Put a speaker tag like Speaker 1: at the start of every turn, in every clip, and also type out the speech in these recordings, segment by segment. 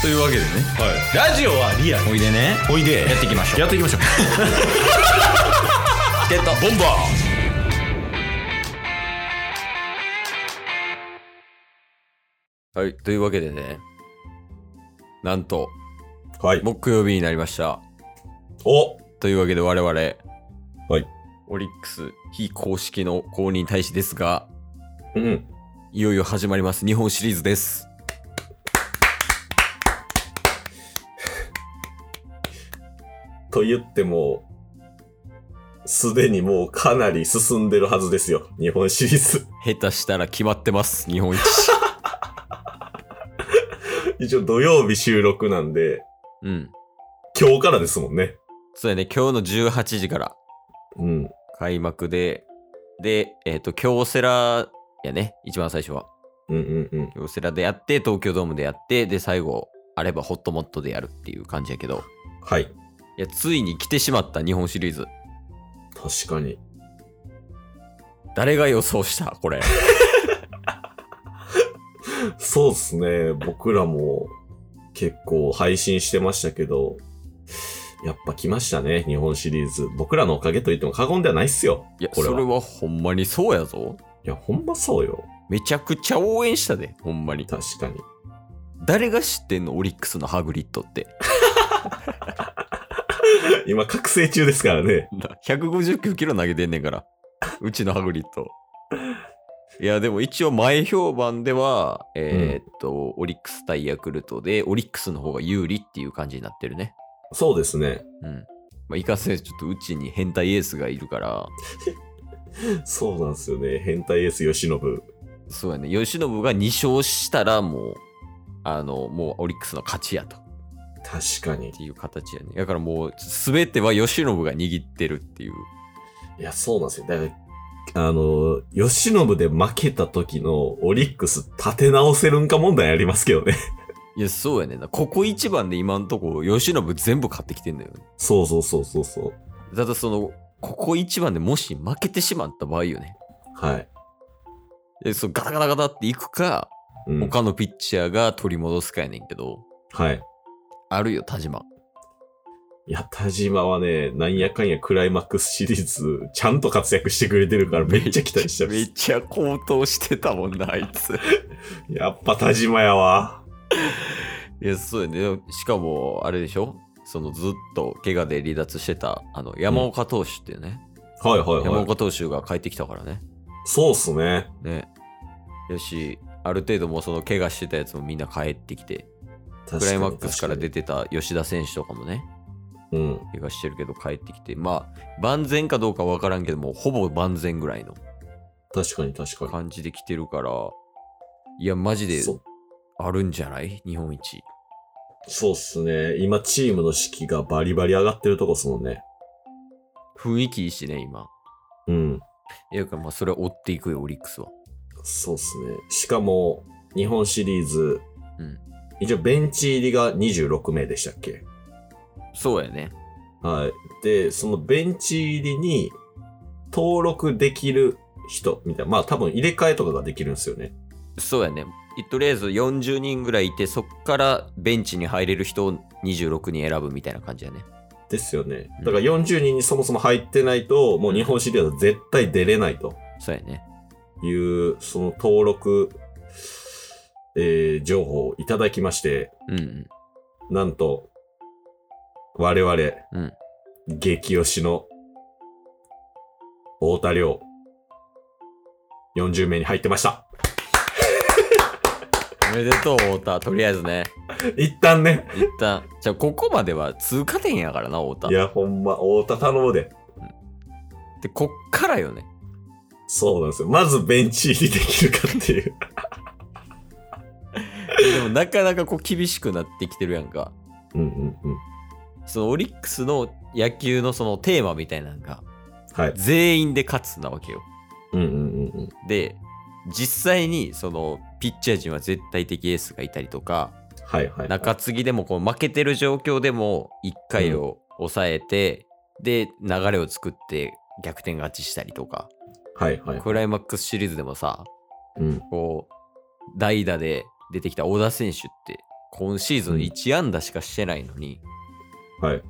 Speaker 1: というわけでね
Speaker 2: はい、ラジオはリアル
Speaker 1: おいでね
Speaker 2: おいで
Speaker 1: やっていきましょう
Speaker 2: やって いきましょう
Speaker 1: ゲット
Speaker 2: ボンバ
Speaker 1: はいというわけでねなんと
Speaker 2: ーはい
Speaker 1: 木曜日になりました
Speaker 2: お
Speaker 1: というわけで我々はいオリックス非公式の公認大使ですが
Speaker 2: うん
Speaker 1: いよいよ始まります日本シリーズです
Speaker 2: と言ってもすでにもうかなり進んでるはずですよ日本シリーズ
Speaker 1: 下 手したら決まってます日 本一
Speaker 2: 一応土曜日収録なんで
Speaker 1: うん
Speaker 2: 今日からですもんね
Speaker 1: そうやね今日の18時から
Speaker 2: うん
Speaker 1: 開幕ででえっ、と京セラやね一番最初は
Speaker 2: うんうんうん
Speaker 1: 京セラでやって東京ドームでやってで最後あればホットモットでやるっていう感じやけど
Speaker 2: はい
Speaker 1: いやついに来てしまった日本シリーズ
Speaker 2: 確かに
Speaker 1: 誰が予想したこれ
Speaker 2: そうですね僕らも結構配信してましたけどやっぱ来ましたね日本シリーズ僕らのおかげと言っても過言ではないっすよ
Speaker 1: いや
Speaker 2: これは
Speaker 1: それはほんまにそうやぞ
Speaker 2: いやほんまそうよ
Speaker 1: めちゃくちゃ応援したでほんまに
Speaker 2: 確かに
Speaker 1: 誰が知ってんのオリックスのハグリッドって
Speaker 2: 今覚醒中ですからね
Speaker 1: 159キロ投げてんねんから。うちのハグリッド。いや、でも一応前評判では、えーっと、オリックス対ヤクルトで、オリックスの方が有利っていう感じになってるね。
Speaker 2: そうですね
Speaker 1: うん。まあ、いかせず、ちょっとうちに変態エースがいるから、
Speaker 2: そうなんですよね変態エース吉信
Speaker 1: そうやね、吉信が2勝したらもう、あの、もうオリックスの勝ちやと。っ
Speaker 2: 確かに
Speaker 1: ていう形やね。だからもう、すべては吉信が握ってるっていう。
Speaker 2: いやそうなんですよだからあの吉信で負けた時のオリックス立て直せるんか問題ありますけどね
Speaker 1: いや、そうやねんな。ここ一番で今んとこ、吉信全部勝ってきてんだよね。
Speaker 2: そうそうそうそうそう
Speaker 1: ただそのここ一番でもし負けてしまった場合よね
Speaker 2: はい、
Speaker 1: えそうガタガタガタっていくか、
Speaker 2: うん、
Speaker 1: 他のピッチャーが取り戻すかやねんけど
Speaker 2: はい
Speaker 1: あるよ田島
Speaker 2: いや、田島はね、なんやかんやクライマックスシリーズ、ちゃんと活躍してくれてるからめっちゃ期待してま
Speaker 1: めっ
Speaker 2: す。
Speaker 1: ちゃ高騰してたもんなあい つ
Speaker 2: やっぱ田島やわ。
Speaker 1: いやそうやねしかもあれでしょそのずっと怪我で離脱してたあの山岡投手っていうね、
Speaker 2: はいはい
Speaker 1: 山
Speaker 2: はい。
Speaker 1: 岡投手が帰ってきたからね
Speaker 2: そうっすね。
Speaker 1: ねよしある程度もうその怪我してたやつもみんな帰ってきて
Speaker 2: 確かに
Speaker 1: クライマックスから出
Speaker 2: て。
Speaker 1: てた吉田選手とかもね
Speaker 2: うん。
Speaker 1: 怪我してるけど帰ってきてまあ万全かどうか分からんけどもほぼ万全ぐらいの
Speaker 2: 確かに確かに。
Speaker 1: 感じで来てるからいやマジで
Speaker 2: そう
Speaker 1: あるんじゃない日本一
Speaker 2: そうっすね。今チームの士気がバリバリ上がってるとこっすもんね。
Speaker 1: 雰囲気いいしね今
Speaker 2: うん。
Speaker 1: いやまあそれは追っていくよオリックスは
Speaker 2: そうっすね。しかも、日本シリーズ、
Speaker 1: うん
Speaker 2: 一応ベンチ入りが26名でしたっけ
Speaker 1: そうやね
Speaker 2: はい。で、そのベンチ入りに登録できる人みたいな。まあ多分入れ替えとかができるんですよね。
Speaker 1: そうやねいとりあえず40人ぐらいいてそっからベンチに入れる人を26人選ぶみたいな感じやね
Speaker 2: ですよね。だから40人にそもそも入ってないと、もう日本シリーズは絶対出れないと
Speaker 1: そうやね
Speaker 2: いう、その登録、えー情報をいただきまして、
Speaker 1: うんうん
Speaker 2: なんと、我々、
Speaker 1: うん
Speaker 2: 激推しの、太田亮、40名に入ってました。
Speaker 1: おめでとう太田とりあえずね
Speaker 2: 一旦ね、
Speaker 1: 一旦じゃあここまでは通過点やからな太田
Speaker 2: いや、ほんま、太田頼むで。
Speaker 1: でこっからよね
Speaker 2: そうなんですよ。まずベンチ入りできるかっていう。
Speaker 1: でもなかなかこう厳しくなってきてるやんか。
Speaker 2: うんうんうん。
Speaker 1: そのオリックスの野球のそのテーマみたいなのが
Speaker 2: はい。
Speaker 1: 全員で勝つなわけよ。
Speaker 2: うんうんうんうん。
Speaker 1: で、実際にそのピッチャー陣は絶対的エースがいたりとか、
Speaker 2: はいはい。
Speaker 1: 中継ぎでもこう負けてる状況でも1回を抑えて、で、流れを作って逆転勝ちしたりとか、
Speaker 2: はいはい。
Speaker 1: クライマックスシリーズでもさ、
Speaker 2: うん。
Speaker 1: こう、代打で出てきた小田選手って今シーズン1安打しかしてないのに、
Speaker 2: はい。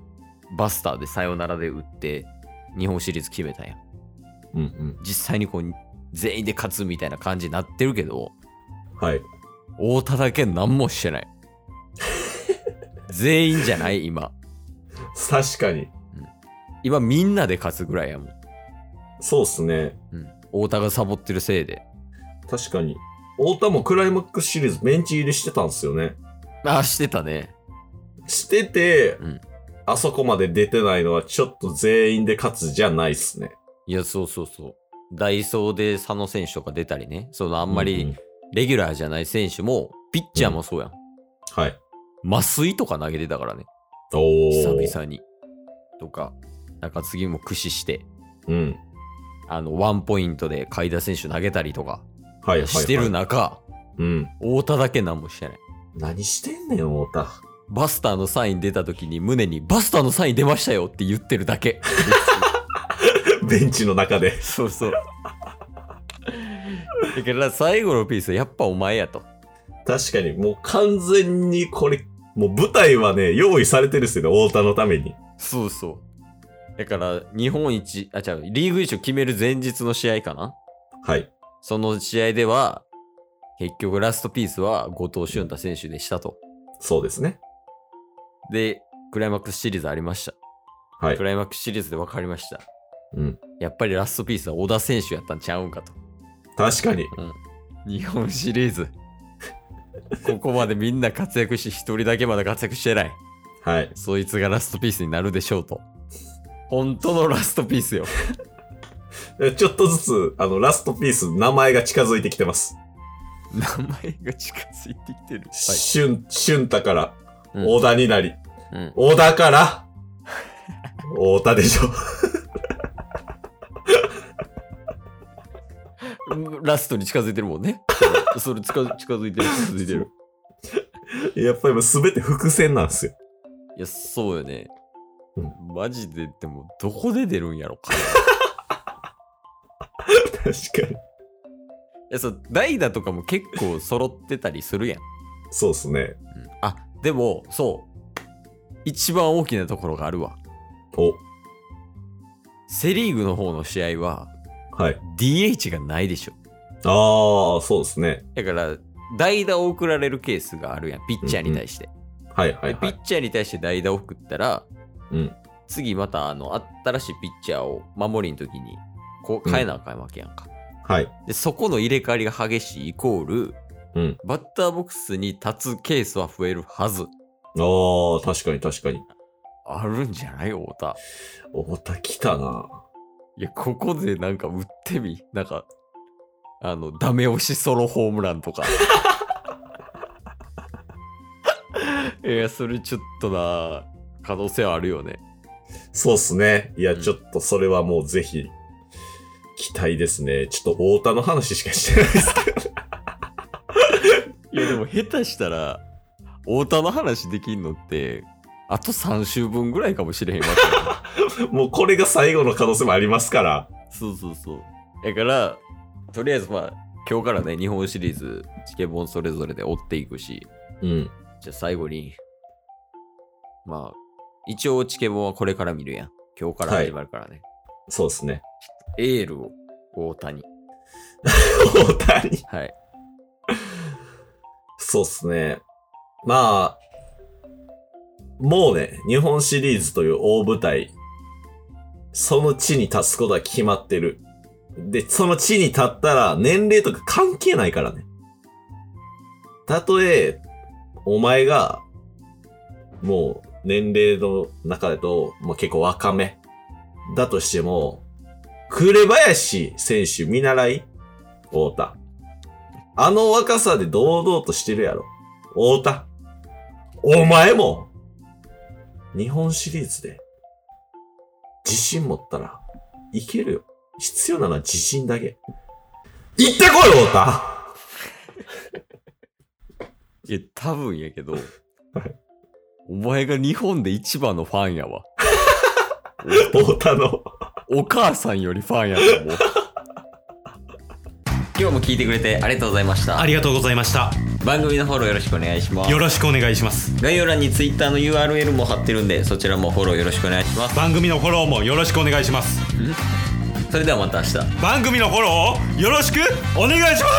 Speaker 1: バスターでサヨナラで打って、日本シリーズ決めたやん。
Speaker 2: うんうん。
Speaker 1: 実際にこう、全員で勝つみたいな感じになってるけど、
Speaker 2: はい。
Speaker 1: 太田だけ何もしてない。全員じゃない今。
Speaker 2: 確かに。
Speaker 1: 今みんなで勝つぐらいやもん。
Speaker 2: そうっすね。
Speaker 1: うん。太田がサボってるせいで。
Speaker 2: 確かに。太田もクライマックスシリーズベンチ入りしてたんですよね。
Speaker 1: ああ、してたね。
Speaker 2: してて、
Speaker 1: うん
Speaker 2: あそこまで出てないのはちょっと全員で勝つじゃないっすね。
Speaker 1: いや、そうそうそう。ダイソーで佐野選手とか出たりね、そのあ
Speaker 2: あ
Speaker 1: んまりレギュラーじゃない選手も、ピッチャーもそうやん。
Speaker 2: はい。
Speaker 1: 麻酔とか投げてたからね、
Speaker 2: お
Speaker 1: 久
Speaker 2: ー。
Speaker 1: 々に。とか、中継ぎも駆使して、
Speaker 2: うん。
Speaker 1: あの、ワンポイントで海田選手投げたりとか
Speaker 2: はいはい、はい。
Speaker 1: してる中、
Speaker 2: うん。
Speaker 1: 太田だけ何もしてない。
Speaker 2: 何してんねん、太田。
Speaker 1: バスターのサイン出た時に胸にバスターのサイン出ましたよって言ってるだけ。
Speaker 2: ベンチの中で。
Speaker 1: そうそう。だから最後のピースはやっぱお前やと。
Speaker 2: 確かに、もう完全にこれ、もう舞台はね、用意されてるっすよね、太田のために。
Speaker 1: そうそう。だから日本一、あ、違う、リーグ一を決める前日の試合かな
Speaker 2: はい。
Speaker 1: その試合では、結局ラストピースは後藤俊太選手でしたと。
Speaker 2: そうですね。
Speaker 1: で、クライマックスシリーズありました。
Speaker 2: はい
Speaker 1: ク。ライマックスシリーズで分かりました。
Speaker 2: うん。
Speaker 1: やっぱりラストピースは小田選手やったんちゃうんかと。
Speaker 2: 確かに。
Speaker 1: 日本シリーズ。 ここまでみんな活躍し、一人だけまだ活躍してない。
Speaker 2: はい。
Speaker 1: そいつがラストピースになるでしょうと。本当のラストピースよ。
Speaker 2: ちょっとずつ、あの、ラストピース、名前が近づいてきてます。
Speaker 1: 名前が近づいてきてる。はい。
Speaker 2: しゅん、しゅんたから、
Speaker 1: うん
Speaker 2: 小田になり、
Speaker 1: うん、
Speaker 2: 小田から、太田でしょ。
Speaker 1: ラストに近づいてるもんね。 それ近づ近づいてる、近づいてる。
Speaker 2: やっぱりもう全て伏線なんですよ。
Speaker 1: いや、そうよね
Speaker 2: う。
Speaker 1: マジで、でも、どこで出るんやろか。い
Speaker 2: 確かに。
Speaker 1: や、そう、代打とかも結構揃ってたりするやん。
Speaker 2: そうっすね。
Speaker 1: うんあ、でも、そう。一番大きなところがあるわ。
Speaker 2: お、
Speaker 1: セ・リーグの方の試合は、
Speaker 2: はい。
Speaker 1: DH がないでしょ。
Speaker 2: ああ、そうですね。
Speaker 1: だから、代打を送られるケースがあるやん、ピッチャーに対して。
Speaker 2: はいはい
Speaker 1: でピ
Speaker 2: はい。
Speaker 1: ッチャーに対して代打を送ったら、
Speaker 2: うん
Speaker 1: 次またあの新しいピッチャーを守りの時にこう変えなあかんわけやんか、
Speaker 2: はい。
Speaker 1: でそこの入れ替わりが激しいイコール
Speaker 2: うん。
Speaker 1: バッターボックスに立つケースは増えるはず
Speaker 2: ああ、確かに確かに。
Speaker 1: あるんじゃない太田
Speaker 2: 太田来たな。
Speaker 1: いやここでなんか打ってみなんかあのダメ押しソロホームランとか いやそれちょっとな可能性はあるよね
Speaker 2: そうっすね。いや、
Speaker 1: うん
Speaker 2: ちょっとそれはもうぜひ、期待ですね。ちょっと太田の話しかしてないですけど。
Speaker 1: いやでも下手したら太田の話できんのってあと3週分ぐらいかもしれへんわけよ
Speaker 2: もうこれが最後の可能性もありますから。
Speaker 1: そうそうそうだからとりあえずまあ今日からね日本シリーズチケボンそれぞれで追っていくし
Speaker 2: うん。
Speaker 1: じゃあ最後にまあ一応チケボンはこれから見るやん今日から始まるからね、
Speaker 2: そうですね。
Speaker 1: エールを太田に
Speaker 2: 太田に。
Speaker 1: はい
Speaker 2: そうっすね。まあ、もうね、日本シリーズという大舞台、その地に立つことは決まってる。で、その地に立ったら年齢とか関係ないからね。たとえ、お前が、もう年齢の中だと、まあ、結構若めだとしても、紅林選手見習い太田。あの若さで堂々としてるやろ。太田。お前も、日本シリーズで、自信持ったら、いけるよ。必要なのは自信だけ。行ってこい、太田
Speaker 1: いや多分や けど、お前が日本で一番のファンやわお
Speaker 2: 太田の。
Speaker 1: お母さんよりファンやと 思う今日も聞いてくれてありがとうございました
Speaker 3: ありがとうございました番組のフォローよろしくお願いします
Speaker 2: よろしくお願いします
Speaker 3: 概要欄に Twitter の URL も貼ってるんでそちらもフォローよろしくお願いします
Speaker 2: 番組のフォローもよろしくお願いします
Speaker 3: それではまた明日
Speaker 2: 番組のフォローをよろしくお願いしま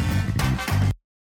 Speaker 2: す